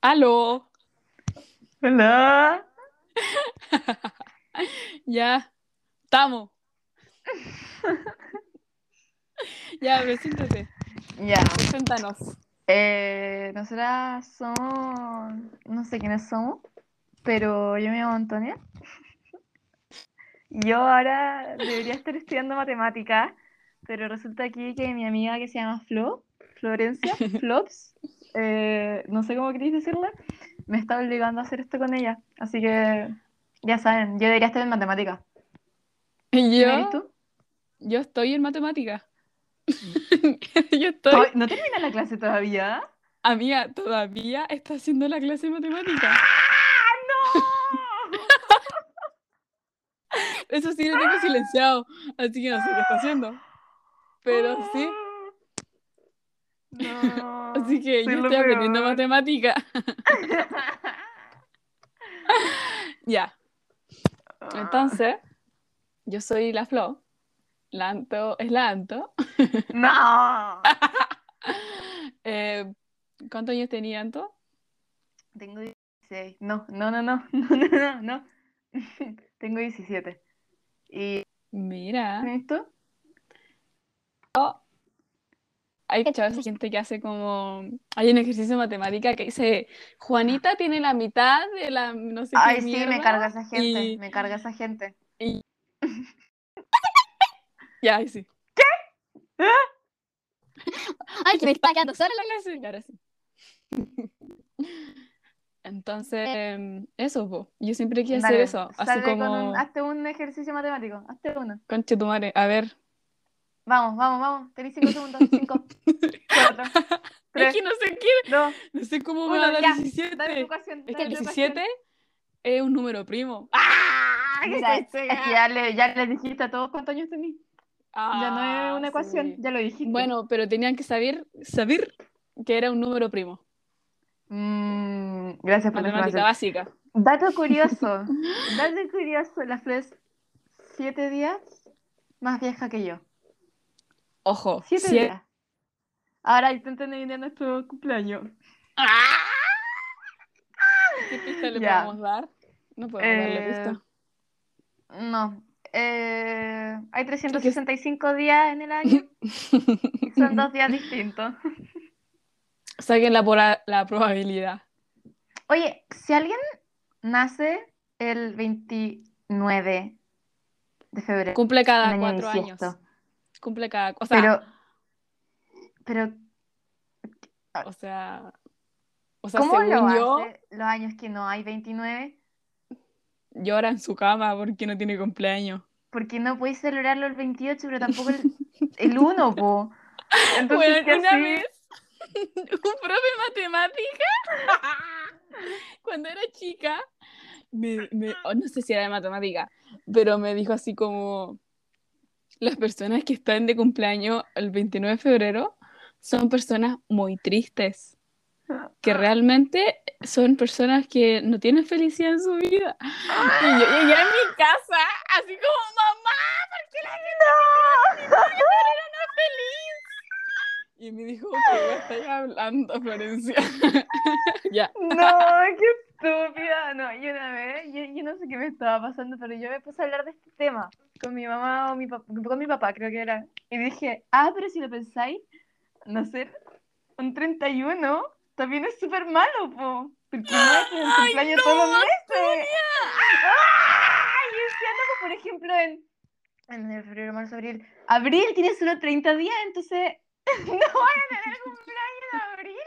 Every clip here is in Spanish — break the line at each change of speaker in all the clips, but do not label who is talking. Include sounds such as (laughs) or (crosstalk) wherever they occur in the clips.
Aló,
Hola.
ya,
(laughs)
estamos. ya, preséntate,
Ya.
preséntanos.
Eh, nosotras somos. No sé quiénes somos, pero yo me llamo Antonia. (laughs) Yo ahora debería estar estudiando matemáticas, pero resulta aquí que mi amiga que se llama Flo, Florencia, Flops, eh, no sé cómo queréis decirle, me está obligando a hacer esto con ella. Así que ya saben, yo debería estar en matemáticas.
¿Y
¿Quién eres
yo?
tú?
Yo estoy en
(laughs)
matemática. yo estoy.
Ay, ¿No termina la clase todavía?
Amiga, todavía está haciendo la clase de matemática.
¡Ah, ¡No!
(laughs) Eso sí, lo tengo silenciado, así que no sé qué está haciendo. Pero sí,
Ah. No.
así que
soy
yo
lo ¿eh?
estoy aprendiendo
peor.
matemática.
(laughs)
ya. Entonces, yo soy la Flo. La Anto es la Anto.
Ah. No.
Eh, ¿Cuántos años tenía Anto?
Tengo 16. No, no, no, no, (laughs) no, no, no, no. Tengo 17. ¿Y
Mira.
tienes tú?
Hay chavales, gente que hace como. Hay un ejercicio de matemática que dice: Juanita tiene la mitad de la. No sé qué
Ay, sí, me
mierda".
carga esa gente,
y-
me carga esa gente.
Ya, ahí sí.
Ay, que me está quedando sola.
Dale la clase. Y ahora sí. (laughs) Entonces, em, eso, po. Yo siempre quise hacer
Dale,
eso. Así
sale con
como.
un- Ah, hazte un ejercicio matemático, hazte uno.
Conche tu madre. A ver.
Vamos, vamos, vamos. Tenés 5 segundos.
(laughs)
5, 4,
Es
3,
que no sé qué.
2.
No sé cómo me
Uno,
va a dar
ya,
17.
Dame tu ecuación.
Es que
dame
el
tu ecuación.
17 es un número primo.
¡Ah!
qué
Mira, es que
conchega!
ya, le, ya les dijiste a todos cuántos años tenés. Ya no
Ah,
es una ecuación,
sí.
ya lo dijiste.
Bueno, pero tenían que saber, saber que era un número primo.
Mm, gracias por la
Matemática
información.
básica.
(laughs) Dato curioso. Dato curioso. La Flo es siete días más vieja que yo.
Ojo.
Siete
siete-
días. Ahora intenten adivinar nuestro cumpleaños.
¡Ah! ¿Qué pista le
Ya.
podemos dar? No podemos darle
Eh,
pista.
No. eh, hay 365 días en el año y son dos días
(laughs)
distintos.
Saquen la, pora- la probabilidad.
Oye, si alguien nace el 29 de febrero,
Cumple
un
cada
año
cuatro años.
bisiesto,
Cumple cada. O sea,
pero, pero
o sea. O sea,
¿cómo lo
según yo,
hace los años que no hay 29?
llora en su cama porque no tiene cumpleaños.
Porque no podéis celebrarlo el 28, pero tampoco el, el
(laughs)
1, po. Entonces,
Bueno,
¿qué
una
así?
vez, (laughs) un profe de matemática, (laughs) cuando era chica, me- me- oh, no sé si era de matemática, pero me dijo así como, las personas que están de cumpleaños el 29 de febrero son personas muy tristes, que realmente son personas que no tienen felicidad en su vida. Y yo llegué a mi casa, así como, mamá, ¿por qué la gente no era feliz? Y me dijo, ¿qué me estáis hablando, Florencia? (laughs) ya.
(laughs) No, qué estúpida. No, yo una vez, yo, yo no sé qué me estaba pasando, pero yo me puse a hablar de este tema con mi mamá o mi papá, con mi papá creo que era. Y dije, ah, pero si lo pensáis, no sé, un 31 también es súper malo, po. Porque no es el cumpleaños todos los meses. ¡Ah! Y decía, no, por ejemplo, en, en el febrero, marzo, abril. Abril tiene solo 30 días, entonces (laughs) no voy a tener cumpleaños en abril.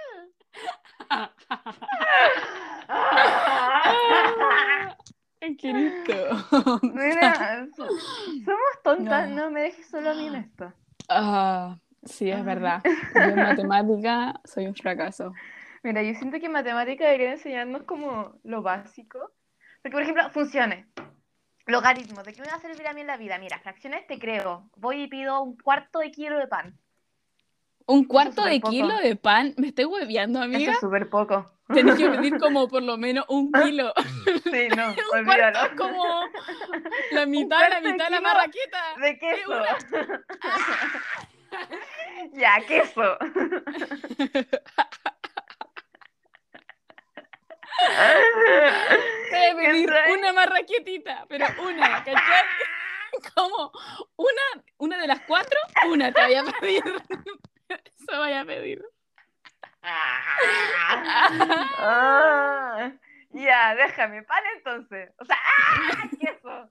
(laughs) Ay, ¡Qué lindo!
Mira, so- somos tontas,
No.
no. me dejes solo a mí en esto.
(laughs) Ah, sí, es verdad. Yo en matemática soy un fracaso.
Mira, yo siento que en matemática deberían enseñarnos como lo básico. Porque, por ejemplo, funciones. Logaritmos, ¿de qué me va a servir a mí en la vida? Mira, fracciones te creo. Voy y pido un cuarto de kilo de pan.
¿Un cuarto
súper
de
poco.
kilo de pan? ¿Me estoy hueviando,
Eso
amiga?
es súper poco.
Tenés que pedir como por lo menos un kilo.
(laughs)
(laughs)
Sí, (laughs) no,
Un
olvídalo.
cuarto es como la mitad, la
cuarto de
mitad de la
kilo
marraqueta.
De queso. (laughs) ya, queso.
(laughs) más raquetita, pero una, (laughs) ¿cachai? Como una, una de las cuatro, una te voy a pedir. (laughs) Eso voy a pedir.
Ah, ya, déjame, pan entonces. O sea, ¡ah! Queso.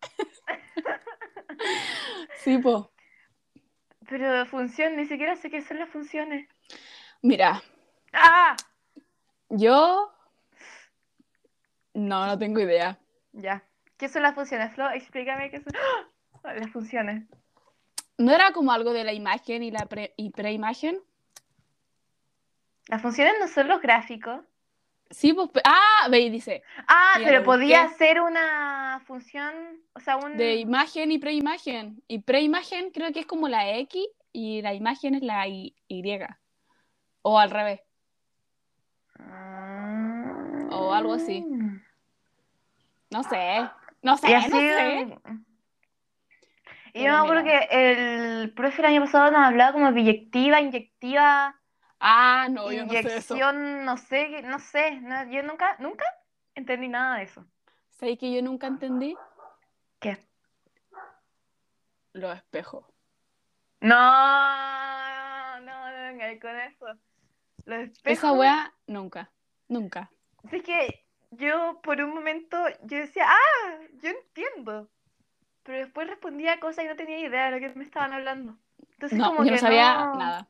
(laughs) Sí, po.
Pero función, ni siquiera sé qué son las funciones.
Mira,
¡Ah!
yo. No, no tengo idea.
Ya. ¿Qué son las funciones, Flo? Explícame qué son ¡Ah! las funciones.
¿No era como algo de la imagen y la pre y preimagen?
Las funciones no son los gráficos.
Sí, pues. pe- Ah, ve, dice.
Ah,
Mira,
pero
lo
podía
busqué.
hacer una función, o sea, un...
De imagen y preimagen. Y preimagen creo que es como la X y la imagen es la Y. O al revés.
Ah.
o algo así. No sé. No sé,
Y
no
así-
sé.
Y yo me acuerdo que el profe el año pasado nos hablaba como biyectiva, inyectiva,
Ah, no, yo no sé eso.
inyección, no sé, qué- no sé, no- yo nunca, nunca entendí nada de eso.
¿Sabes que yo nunca entendí?
¿Qué?
Los espejos.
No, no, no me vengáis con eso. Los
Esa
espejos.
wea, nunca. Nunca.
Es que yo por un momento yo decía, ah, yo entiendo. Pero después respondía cosas y no tenía idea de lo que me estaban hablando. Entonces
No,
como
yo
que
no sabía
no-
nada.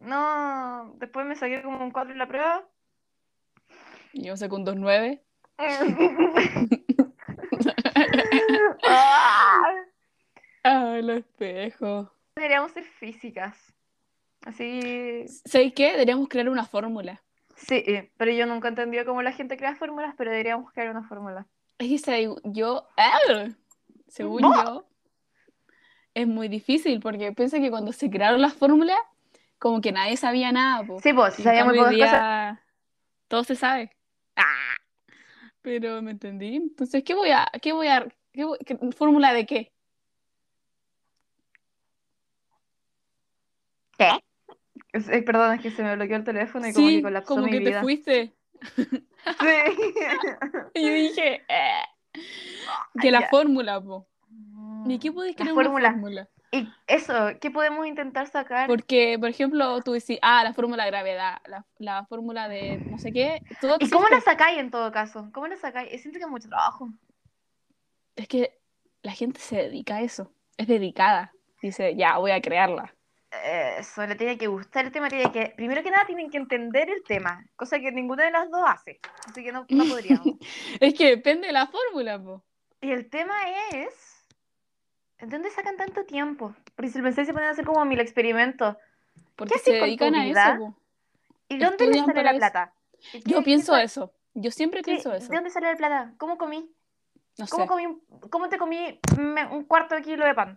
No, después me saqué como un 4 en la
(laughs)
prueba.
Yo sé con 2.9.
Ah,
Ah, los espejos.
Deberíamos ser físicas. Así.
¿Sabes qué? Deberíamos crear una fórmula.
Sí, eh, pero yo nunca entendía cómo la gente crea fórmulas, pero deberíamos crear una fórmula.
Es que se- yo, ¡Ah! según
¡Bah!
yo, es muy difícil porque piensa que cuando se crearon las fórmulas, como que nadie sabía nada. po.
Sí, pues,
En
sabía muy
cambio,
pocas
hoy
cosas.
día Todo se sabe. ¡Ah! Pero me entendí. Entonces, ¿qué voy a, qué voy a, qué voy- qué- fórmula de qué?
Es- eh, perdón, es que se me bloqueó el teléfono y como que
Sí,
colapsó
como
mi
que te
vida.
fuiste.
Sí.
Y yo dije, eh, que la
ya.
fórmula, po. ¿Y qué podéis
La
crear una
fórmula.
fórmula?
Y eso, ¿qué podemos intentar sacar?
Porque, por ejemplo, tú decís, ah, la fórmula de gravedad, la, la fórmula de no sé qué. todo
¿Y cómo
existe.
la sacáis en todo caso? ¿Cómo la sacáis? Eh, Siento que es mucho trabajo.
Es que la gente se dedica a eso, es dedicada. Dice, ya, voy a crearla.
Eso, le tiene que gustar el tema, tiene que, primero que nada tienen que entender el tema, cosa que ninguna de las dos hace, así que no, no
(laughs)
podríamos.
Es que depende de la fórmula, po.
y el tema es, ¿de dónde sacan tanto tiempo? Porque si lo pensáis se ponen a hacer como mil experimentos.
Porque
¿Qué
se
haces con
dedican
tu
a
vida?
eso, po.
¿Y de dónde les
Estudian
sale
para
la
eso.
plata? ¿Y qué-
Yo
qué
pienso
sa-
eso. Yo siempre
qué-
pienso eso.
¿De dónde sale la plata? ¿Cómo comí?
No sé.
¿Cómo, comí, un- cómo te comí me- un cuarto de kilo de pan?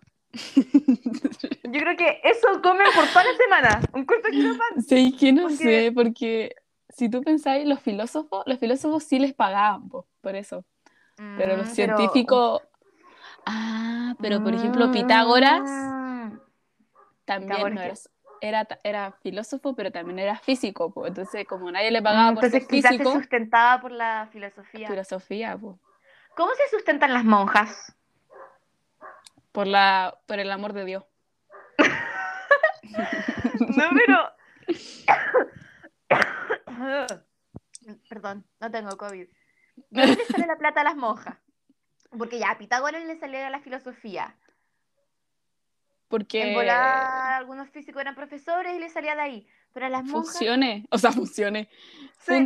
Yo creo que eso comen por toda la semana, un cuarto de kilo de pan.
(laughs) Sí, que no
Porque-
sé, porque si tú pensáis, los filósofos, los filósofos sí les pagaban, po, por eso. Pero los
Mm,
científicos. Ah, pero por ejemplo, Pitágoras
Mm.
también
Pitágoras,
no
¿qué?
era, era, ta- era filósofo, pero también era físico, po. Entonces, como nadie le pagaba por
Ah, Entonces
ser
quizás
físico,
se sustentaba por la filosofía.
filosofía, po.
¿Cómo se sustentan
(laughs)
las monjas?
Por la, por el amor de Dios.
No, pero... (coughs) Perdón, no tengo COVID. ¿De dónde sale la plata a las monjas? Porque ya a Pitágoras le salía la filosofía.
Porque
En volar algunos físicos eran profesores y le salía de ahí. Pero a las monjas...
funcione, o sea, funcione.
Sí. (laughs)
(laughs)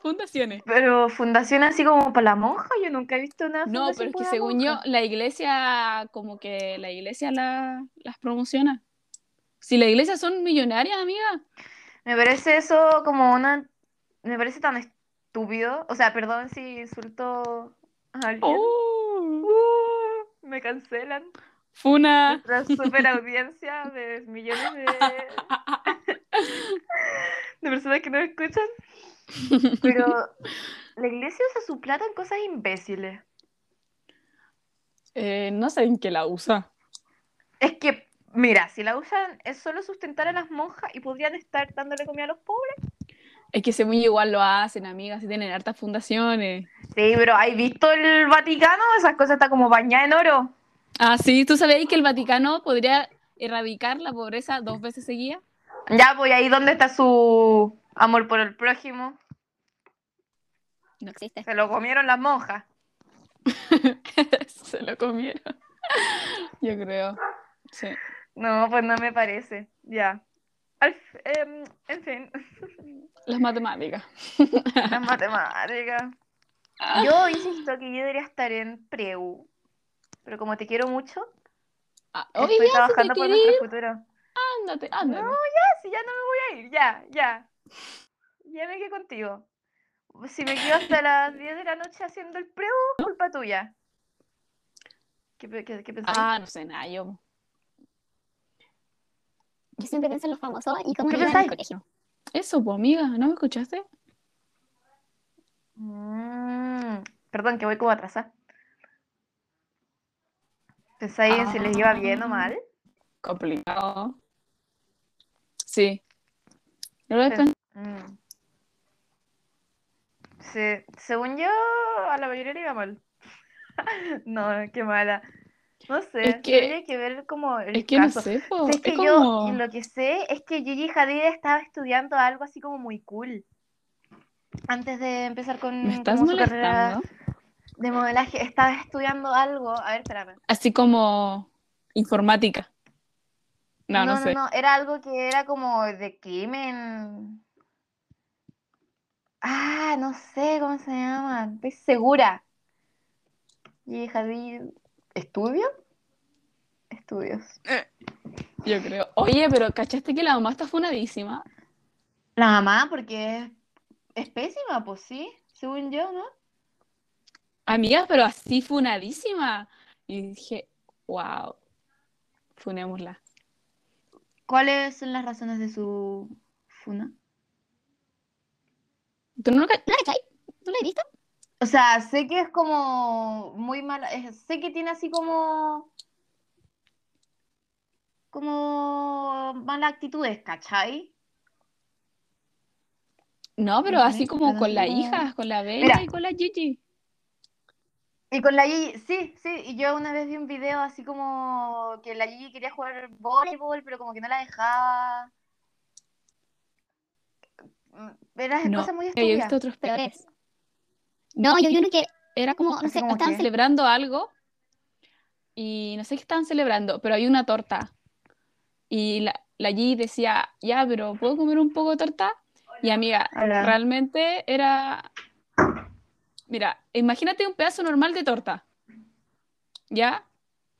Fundaciones. fundaciones.
Pero fundación así como para la monja, yo nunca he visto una
No, pero es
fundación
que
para la
según yo,
monja.
la iglesia, como que la iglesia la- las promociona. Si la iglesia son millonarias, amiga.
Me parece eso como una... Me parece tan estúpido. O sea, perdón si insulto a alguien.
Oh,
Uh, me (laughs) cancelan.
Funa.
Nuestra super audiencia de millones (laughs) de, de personas que no escuchan. (laughs) Pero la iglesia usa su plata en cosas imbéciles.
Eh, no sé en qué la usa.
Es que, mira, si la usan es solo sustentar a las monjas y podrían estar dándole comida a los pobres.
Es que según yo igual lo hacen, amigas, y tienen hartas fundaciones.
Sí, Sí, pero ¿hay visto el Vaticano? Esas cosas están como bañadas en oro.
Ah, sí, ¿tú sabías que el Vaticano podría erradicar la pobreza dos veces seguidas?
Ya, pues ahí dónde está su amor por el prójimo.
No existe.
Se lo comieron las monjas. (laughs)
Se lo comieron. Yo creo. Sí.
No, pues no me parece. Ya. Al f- em, en fin, (laughs)
Las matemáticas.
las matemáticas.
Ah.
Yo insisto que yo debería estar en Preu. Pero como te quiero mucho,
Ah, hoy
estoy
día, si
trabajando
te
por
querís,
nuestro futuro.
ándate, ándate.
No, si ya no me voy a ir, ya, ya. Ya me quedé contigo. Si me quedo hasta las 10 de la noche haciendo el preu, culpa tuya. ¿Qué, pe- qué, qué pensáis?
Ah, no sé, nada, yo.
Yo siempre pienso en los famosos y cómo
¿Qué
llegan
pensáis?
al colegio.
Eso, pues, amiga, ¿no me escuchaste?
Mm, perdón, que voy como atrasada. ¿Pensáis en si les iba bien o mal?
Complicado. Sí. No lo he
Pero-
pensado.
Mm. Se- según yo, a la mayoría le iba mal. (laughs) No, qué mala. No sé,
Es que-
tendría que ver como el
Es que
caso.
no sé, po,
Sí,
es
es que
como...
yo lo que sé es que Gigi Hadid estaba estudiando algo así como muy cool. Antes de empezar con
Me estás
como su carrera
molestando.
de modelaje, estaba estudiando algo. A ver, espérame.
Así como informática. No, no, sé.
era algo que era como de crimen. Ah, no sé cómo se llama, estoy segura. Gigi Hadid, ¿estudio? Estudios.
Yo creo. Oye, pero ¿cachaste que la mamá está funadísima?
La mamá, porque es, es pésima, pues sí, según yo, ¿no?
Amiga, pero así funadísima. Y dije, wow, funémosla.
¿Cuáles son las razones de su funa?
¿Tú no lo cach-
¿No le echáis? ¿No le he visto?
O sea, sé que es como muy mala, es- sé que tiene así como como malas actitudes, ¿cachai?
No, pero
Ujú,
así como
pero
con la
no.
hija, con la Bella
Mira.
y con la Gigi.
Y con la Gigi, sí, sí, y yo una vez vi un video así como que la Gigi quería jugar voleibol, pero como que no la dejaba. Verás, es
No,
cosa muy
Yo he
estúpida.
visto otros peores.
Peores. No, yo vi uno que
Era como, no
Así
sé,
como
estaban
que-
celebrando algo y no sé qué estaban celebrando, pero había una torta. Y la, la Gigi decía, ya, pero ¿puedo comer un poco de torta? Y amiga,
Hola.
realmente era... Mira, imagínate un pedazo normal de torta. ¿Ya?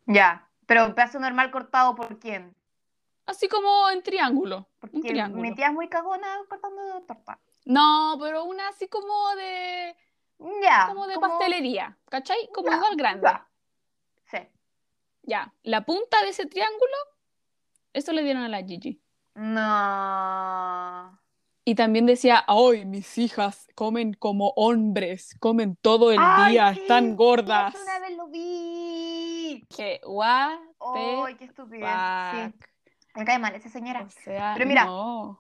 Ya, pero un pedazo normal cortado por quién?
Así como en triángulo. Un
Porque mi
triángulo.
tía es muy cagona cortando torta.
No, pero una así como de...
Ya,
Como de
como-
pastelería. ¿Cachai? Como
Ya,
igual grande.
ya. Sí.
Ya, la punta de ese triángulo, eso le dieron a la Gigi.
No.
Y también decía, hoy mis hijas comen como hombres, comen todo el
Ay,
día,
sí,
están gordas.
Una vez lo vi.
Que, what
Ay,
the
qué estupidez. Sí,
fuck.
me cae mal esa señora.
O sea,
Pero mira.
no.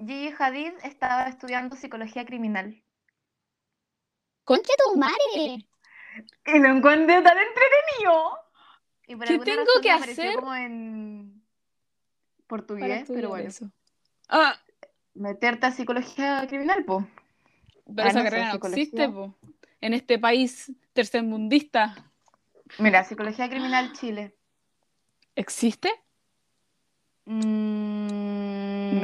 Gigi Hadid estaba estudiando psicología criminal.
conche tu madre.
Y lo encuentro tan entretenido. Y por
¿Qué
alguna
tengo
razón
que
me apareció
hacer?
como en
Para
portugués,
estudiar
pero bueno.
eso. Ah,
Meterte a psicología criminal, po.
pero
Ah,
esa
no sé,
carrera no
psicología.
existe, po. En este país tercermundista,
Mira, psicología criminal Chile.
¿existe?
Mm,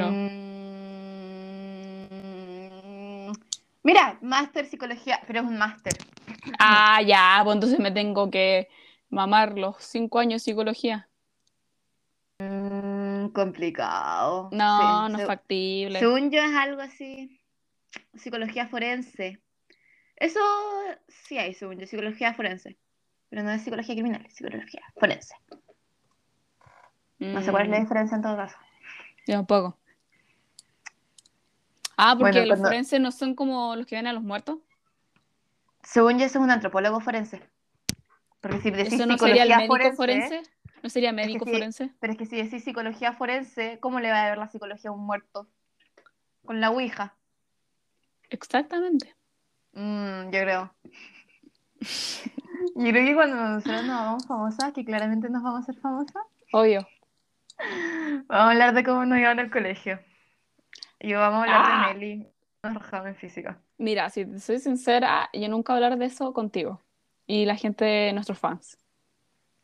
No. mm, Mira, máster psicología, pero es un máster.
Ah, ya, pues entonces me tengo que mamar los cinco años de psicología.
Mm, complicado.
No,
Sí,
no es
se-
factible.
Según yo es algo así, psicología forense. Eso sí hay, según yo, psicología forense. Pero no es psicología criminal, es psicología forense. No sé cuál es la
Mm.
diferencia en todo caso.
Yo tampoco. Ah, porque
Bueno,
los
cuando-
forenses no son como los que ven a los muertos.
Según yo, eso es un antropólogo forense. Porque si decís
¿Eso no sería
psicología
el médico
forense,
forense? ¿No sería médico
sí.
forense?
pero es que si decís psicología forense, ¿cómo le va a ver la psicología a un muerto? Con la ouija.
Exactamente.
Mm, yo creo. (laughs) Yo creo que cuando nosotros nos hagamos famosas, que claramente nos vamos a hacer famosas,
Obvio.
vamos a hablar de cómo nos iban al colegio. Y vamos a hablar de
Ah.
Meli, nos rajamos en física.
Mira, si te soy sincera, yo nunca voy a hablar de eso contigo. Y la gente, nuestros fans.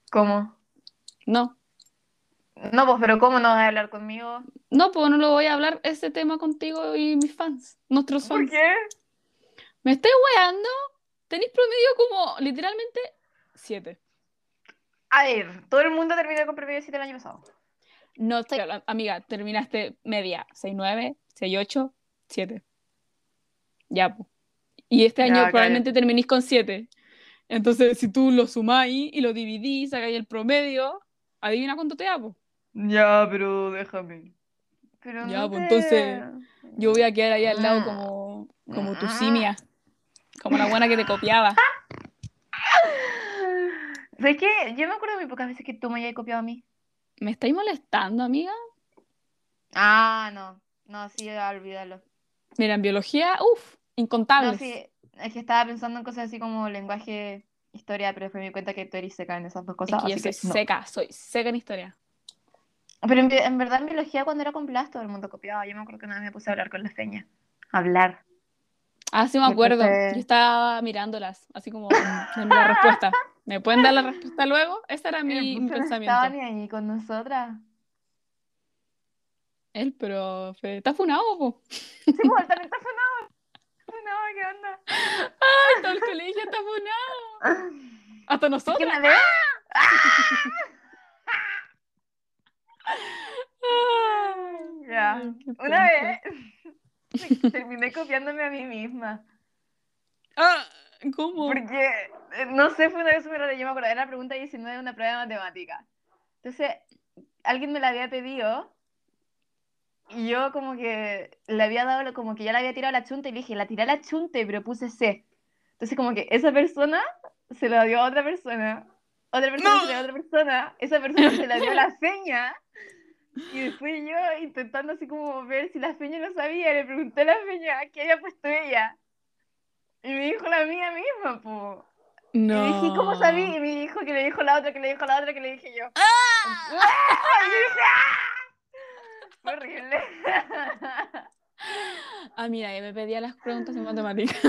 ¿Cómo?
No.
No, pues, pero ¿cómo no vas a hablar conmigo?
No, pues no lo voy a hablar ese tema contigo y mis fans. Nuestros
¿Por
fans.
qué?
¿Me estoy weando? Tenéis promedio como literalmente siete.
A ver, todo el mundo terminó con promedio 7 el año pasado.
No estoy hablando- amiga, terminaste media, 6-9, 6-8, 7. Ya, po. Y este
Ya,
año
claro.
probablemente terminís con 7. Entonces, si tú lo sumáis y lo dividís, sacáis el promedio, adivina cuánto te da, po.
Ya, pero déjame. Pero
Ya,
no
pues,
te-
entonces, Yo voy a quedar ahí al lado como, como
Ah.
tu simia, como la buena que te copiaba.
¿Sabes qué? Yo me acuerdo muy pocas veces que tú me hayas copiado a mí.
¿Me estáis molestando, amiga?
Ah, no. No, sí, olvídalo.
Mira, en biología, uff,
No,
incontables.
sí, es que estaba pensando en cosas así como lenguaje, historia, pero después me di cuenta que tú eres seca en esas dos
Es
cosas,
que yo
así que
soy
no.
seca, soy seca en historia.
Pero en, en verdad en biología cuando era con Blas todo el mundo copiaba. Yo me acuerdo que una vez me puse a hablar con la feña. Hablar.
Ah, sí, me
Me
acuerdo.
puse-
Yo estaba mirándolas, así como, mm, denme la respuesta. ¿Me pueden dar la respuesta luego? Ese era mi, mi
El profe no
pensamiento.
Eh, estaba ni ahí con nosotras.
El profe. ¿Está funado, po?
Sí, pues, él también está funado. Funado, ¿qué onda?
Ay, todo el colegio está funado. Hasta
Es que (laughs)
nosotros.
una vez, ya, una vez (laughs) terminé copiándome a mí misma.
Ah, ¿cómo?
Porque, eh, no sé, fue una vez súper rara, yo me acordé, era la pregunta 19 de una prueba de matemática. Entonces, alguien me la había pedido y yo como que le había dado, como que ya le había tirado la chunta y le dije, la tiré a la chunta, pero puse C. Entonces como que esa persona se la dio a otra persona, otra persona
No.
se la dio a otra persona, esa persona se la dio a la feña. Y después yo intentando así como ver si la feña lo sabía, le pregunté a la feña qué había puesto ella. Y me dijo la mía misma, po. Y
No. ¡Ah!
dije, ¿cómo sabí? Y me dijo que le dijo la otra, que le dijo la otra, que le dije yo. Y yo dije, ¡ah! Fue horrible.
Ah, mira, yo me pedía las preguntas en matemáticas.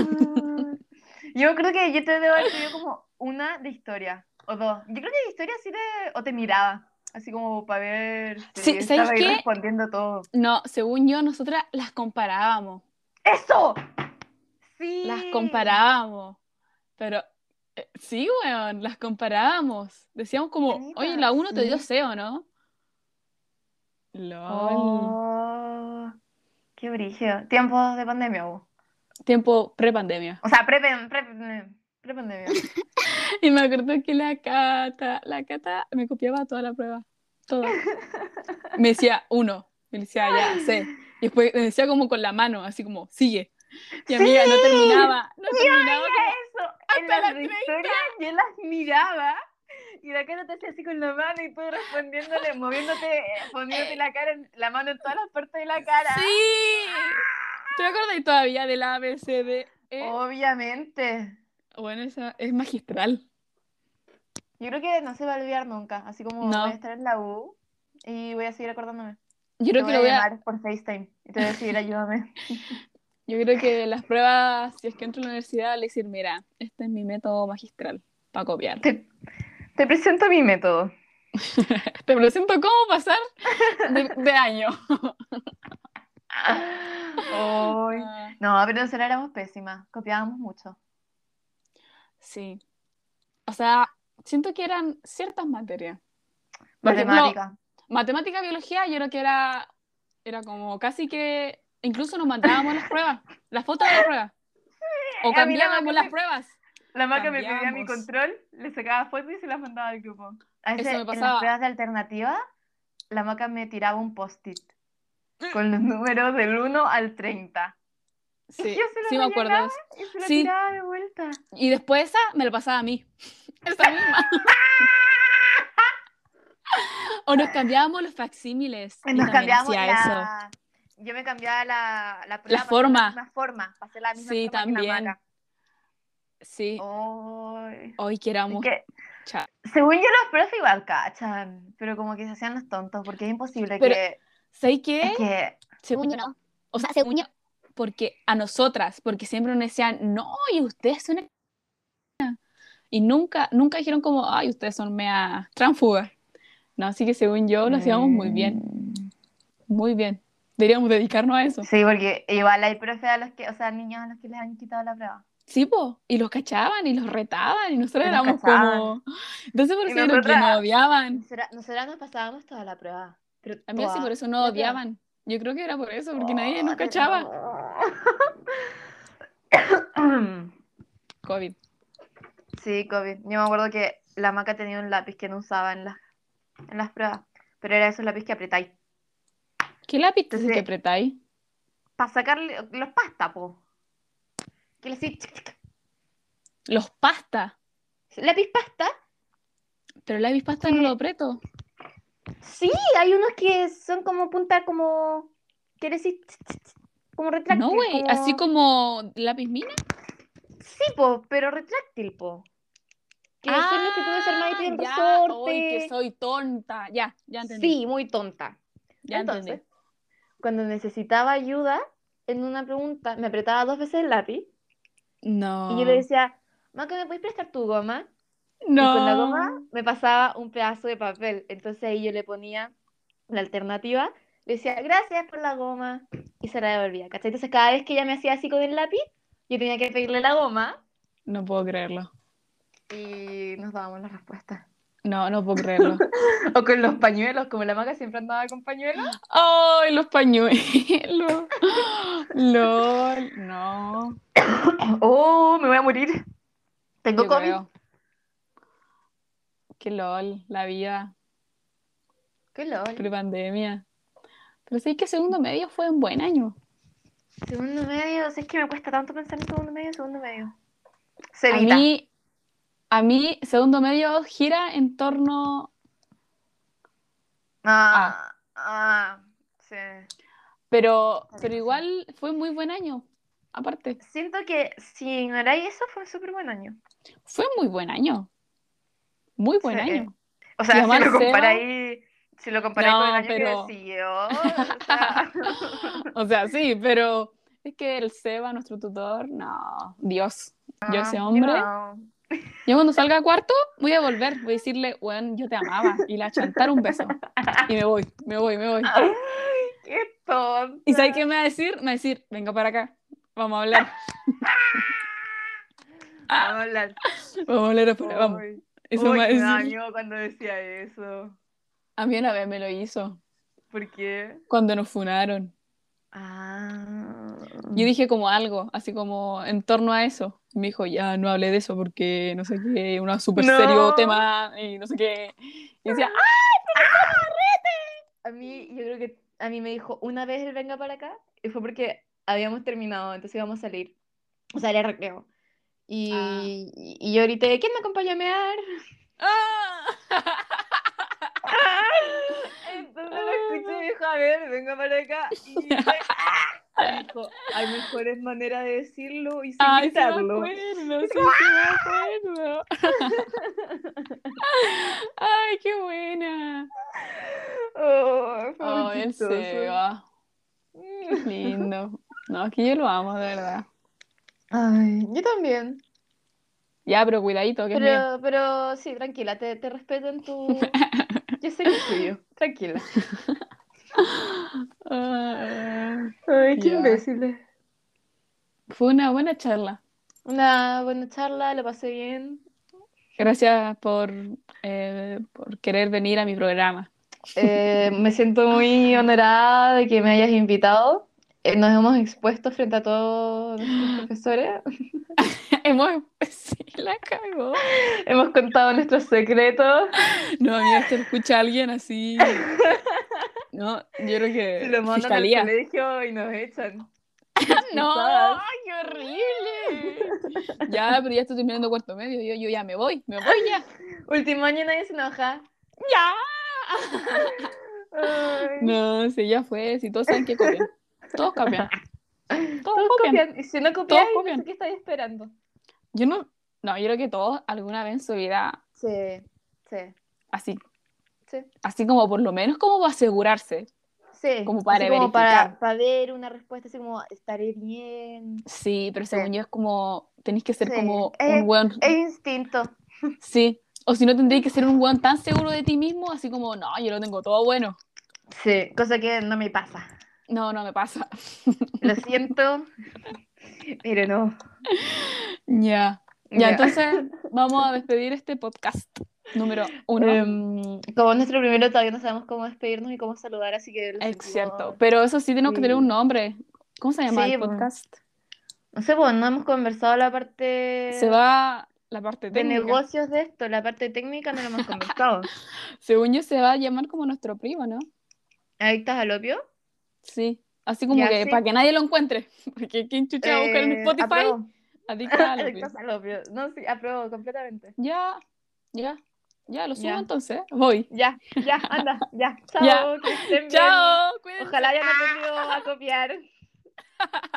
(laughs)
yo creo que yo te debo haber pedido como una de historia, o dos. Yo creo que de historia sí te, o te miraba, así como para ver
Sí,
si
¿sabes
estaba ahí
qué?
respondiendo todo.
No, según yo, nosotras las comparábamos.
¡Eso! Sí.
Las comparábamos. Pero eh, sí, weón, las comparábamos. Decíamos como,
Anita,
oye, la 1 te dio
sí.
C, ¿o no? LOL.
Oh, qué brillo. Tiempos de pandemia, bu.
Tiempo pre-pandemia. (laughs)
O sea, pre-pandemia. Pre, pre-pandemia.
Y me acuerdo que la Cata, la Cata me copiaba toda la prueba.
(laughs)
Toda. Me decía uno. Me decía ya, C. Y después me decía como con la mano, así como, sigue. Y amiga, no
¡Sí!
terminaba. No terminaba.
Era eso. En
Hasta
las
las
de historia yo las miraba y la cara te hacía así con la mano y tú
(laughs)
respondiéndole, moviéndote, poniéndote la cara, en- la mano en todas las partes de la cara.
Eh. Sí. ¿Te acordáis todavía del A, B, C, D, E?
Oh, Obviamente.
Bueno, esa es magistral.
Yo creo que no se va a olvidar nunca, así como
No.
voy a estar en la U y voy a seguir acordándome.
Yo creo
te
que lo voy a,
llamar por FaceTime y te voy a decir, ayúdame. (laughs)
yo creo que las pruebas, si es que entro a la universidad, le decir, mira, este es mi método magistral para copiar.
Te, te presento mi
(laughs)
método.
Te presento cómo pasar de, de año.
(laughs) Ay.
Ah,
No, pero nosotros éramos pésimas, copiábamos mucho.
sí. O sea, siento que eran ciertas materias. Por ejemplo,
Matemática.
matemática, biología, yo creo que era, era como casi que incluso nos mandábamos las pruebas, las fotos de las pruebas. O
(laughs) a mí la
cambiábamos
matemática-
las
(laughs)
pruebas.
La marca me pedía mi
Cambiamos.
control, le sacaba fotos y se las mandaba al grupo. A
Eso
veces,
me
en
pasaba.
las pruebas de alternativa, la maca me tiraba un post-it con los números del 1 al 30.
Sí,
yo se lo
sí me acuerdo. de
rellenaba.
eso.
Y se lo
Sí.
tiraba de vuelta.
Y después esa me la pasaba a mí. (laughs) Esa misma. o nos cambiábamos los facsímiles. y
Nos
también
cambiábamos
hacía
la... Yo me cambiaba la, la prueba para hacer
forma.
la misma forma. Para hacer la misma
Sí,
forma que la
también.
maca.
Sí.
Ay.
Hoy que éramos
Que,
cha-
según yo los profes igual cachan, pero como que se hacían los tontos, porque es imposible
Pero- ¿eh?
que,
¿Sabes qué?
es que
Según
Según yo no. O sea, según yo.
porque a nosotras, porque siempre nos decían, no, y ustedes son una y nunca, nunca dijeron como, ay, ustedes son mea tránfugas. No, así que según yo lo hacíamos muy bien,
Mm.
muy bien. Deberíamos dedicarnos a eso.
Sí, porque igual hay profes a los que, o sea, niños a los que les han quitado la prueba.
Sí, po, y los cachaban y los retaban y nosotros
Y los
éramos
cachaban.
como, (gasps) entonces por
Y
eso los que
nosotras-
nos odiaban.
Nosotras, nosotras nos pasábamos toda la prueba. Pero
A mí sí
toda.
por eso no
Yo creo.
odiaban. Yo creo que era por eso, porque nadie
Oh,
nos cachaba.
no. (coughs)
COVID.
Sí, COVID. Yo me acuerdo que la maca tenía un lápiz que no usaba en las, en las pruebas, pero era esos lápiz que apretáis.
¿Qué lápiz te
Entonces-
que apretáis?
Para sacarle los pastas, po. Que le hacís chic, chic.
Los pasta.
Lápiz pasta.
Pero el lápiz pasta no lo apreto.
Sí, hay unos que son como punta, como. Que le hacís chic, chic, chic, como retráctil.
No, güey. Así como lápiz mina.
Sí, po, pero retráctil, po. Que son los que tú desarmás y tienen
Ah, ya,
resorte.
Ay, que soy tonta. Ya, ya entendí.
Sí, muy tonta.
ya
Entonces,
entendí.
cuando necesitaba ayuda en una pregunta, me apretaba dos veces el lápiz
No.
y yo le decía, Maca, ¿me puedes prestar tu goma?
Ah. no.
Y con la goma me pasaba un pedazo de papel. Entonces ahí yo le ponía la alternativa, le decía, gracias por la goma, y se la devolvía, ¿cachai? Entonces cada vez que ella me hacía así con el lápiz, yo tenía que pedirle la goma
No puedo creerlo.
y nos dábamos la respuesta.
No, no puedo creerlo.
O con los pañuelos, como la Maca siempre andaba con pañuelos.
Ay, los pañuelos. (laughs) LOL. No.
¡Oh, me voy a morir! Tengo
Yo
COVID.
creo. Qué lol, la vida
¡Qué lol!
prepandemia. Pero sí que segundo medio fue un buen año.
Segundo medio, si es que me cuesta tanto pensar en segundo medio, segundo medio. Se
A
evita.
mí, a mí, segundo medio gira en torno,
Ah, ah, sí.
pero,
Tienes
pero
razón.
igual fue muy buen año. Aparte,
Siento que si ignoráis eso fue un súper buen año.
fue muy buen año. Muy buen
Sí.
año.
O
Y
sea, si
además
lo
el Seba-
comparáis, si lo comparáis con el
No,
año que
pero-
siguió, o (laughs) sea,
O sea, sí, pero es que el Seba, nuestro tutor, no, Dios. Yo ese
(laughs) no,
hombre,
no.
yo cuando salga a cuarto voy a volver, voy a decirle, bueno, yo te amaba y le voy a chantar un beso. Y me voy, me voy, me voy.
Ay, qué tonta.
¿Y sabes qué me va a decir? Me va a decir, venga para acá, vamos a hablar,
(laughs) Hola.
vamos a hablar afuera, vamos.
Uy,
Eso
uy,
me va a
qué
decir.
daño cuando decía eso.
A mí una vez me lo hizo,
¿Por qué?
cuando nos funaron.
Ah.
Yo dije como algo, así como en torno a eso. Y Me dijo, ya no hablé de eso porque no sé qué, un súper
No.
serio tema y no sé qué. Y decía, "Ah".
A mí, yo creo que a mí me dijo una vez él venga para acá y fue porque habíamos terminado, entonces íbamos a salir, o sea, era recreo. Y,
Ah.
y- y yo grité, ¿quién me acompaña a mear?
¡Ah!
Entonces lo escuché y dijo, a ver, venga para acá. (laughs) Y yo grité, ¡ah! Y dijo, hay mejores maneras de decirlo y sin
Ay, sí me
gritarlo.
acuerdo, sí, sí me acuerdo. (laughs) Ay, qué buena.
Oh, fue muy
Oh, el
chistoso. Mm.
Seba, qué lindo. No, es que yo lo amo, de verdad.
Ay, yo también.
Ya, pero cuidadito, que es mío.
Pero, pero sí, tranquila, te, te respeto en
(laughs)
tu... Yo sé que es tuyo, tranquila.
Ah,
Ay,
qué Ya.
imbéciles.
fue una buena charla.
Una buena charla, lo pasé bien.
Gracias por, eh, por querer venir a mi programa. (laughs)
Eh, me siento muy honorada de que me hayas invitado. Eh, nos hemos expuesto frente a
(gasps)
todos nuestros profesores.
Hemos sí, la cagó.
Hemos contado nuestros secretos.
No, amiga, esto lo escucha alguien (laughs) así. No, yo creo que
Lo mandan al
fiscalía.
colegio y nos echan.
(laughs) No, qué horrible. Ya, pero ya estoy terminando cuarto medio. Yo, yo ya me voy, me
(laughs)
voy ya.
Último año nadie se enoja.
Ya.
Ay,
No, sí, ya fue. Si todos saben que copian.
(laughs)
Todos copian. Todos,
todos
copian.
copian. Y si no copiáis, no sé
copian.
qué estáis esperando.
Yo no, no, yo creo que todos alguna vez en su vida,
Sí, sí,
así,
sí.
así como por lo menos como para asegurarse.
Sí,
Como para
así como para,
verificar.
para ver una respuesta, así como estaré bien.
Sí, pero
Sí.
según yo es como, tenéis que ser
Sí.
como
Eh,
un weón,
Es instinto.
sí. O si no, tendríais que ser un weón tan seguro de ti mismo, así como, no, yo lo tengo todo bueno.
Sí, cosa que no me pasa.
No, no me pasa. (laughs)
Lo siento, pero no.
Ya. Ya,
Ya.
entonces (laughs) vamos a despedir este podcast número uno.
Em, como es nuestro primero, todavía no sabemos cómo despedirnos y cómo saludar, así que lo
es
sentimos.
cierto. Pero eso sí tenemos que tener un nombre. ¿Cómo se llama
Sí,
el
bueno.
podcast?
No sé, pues no hemos conversado la parte
Se va la parte
eh, de
técnica.
negocios de esto, la parte técnica no la
(laughs)
hemos conversado.
Según yo se va a llamar como nuestro primo, ¿no?
¿Adictas al opio?
Sí. Así como
Ya,
que
sí.
para que nadie lo encuentre. (laughs) Porque quién chucha va a buscar en
Eh,
Spotify.
apruebo. (laughs)
Adicta al opio.
Adictas al opio. No, sí, apruebo completamente.
Ya, ya, ya, lo subo
Ya.
entonces. Voy.
Ya, ya, anda, ya. Chao,
Ya.
que estén bien.
Chao, cuídense.
Ojalá hayan aprendido a copiar.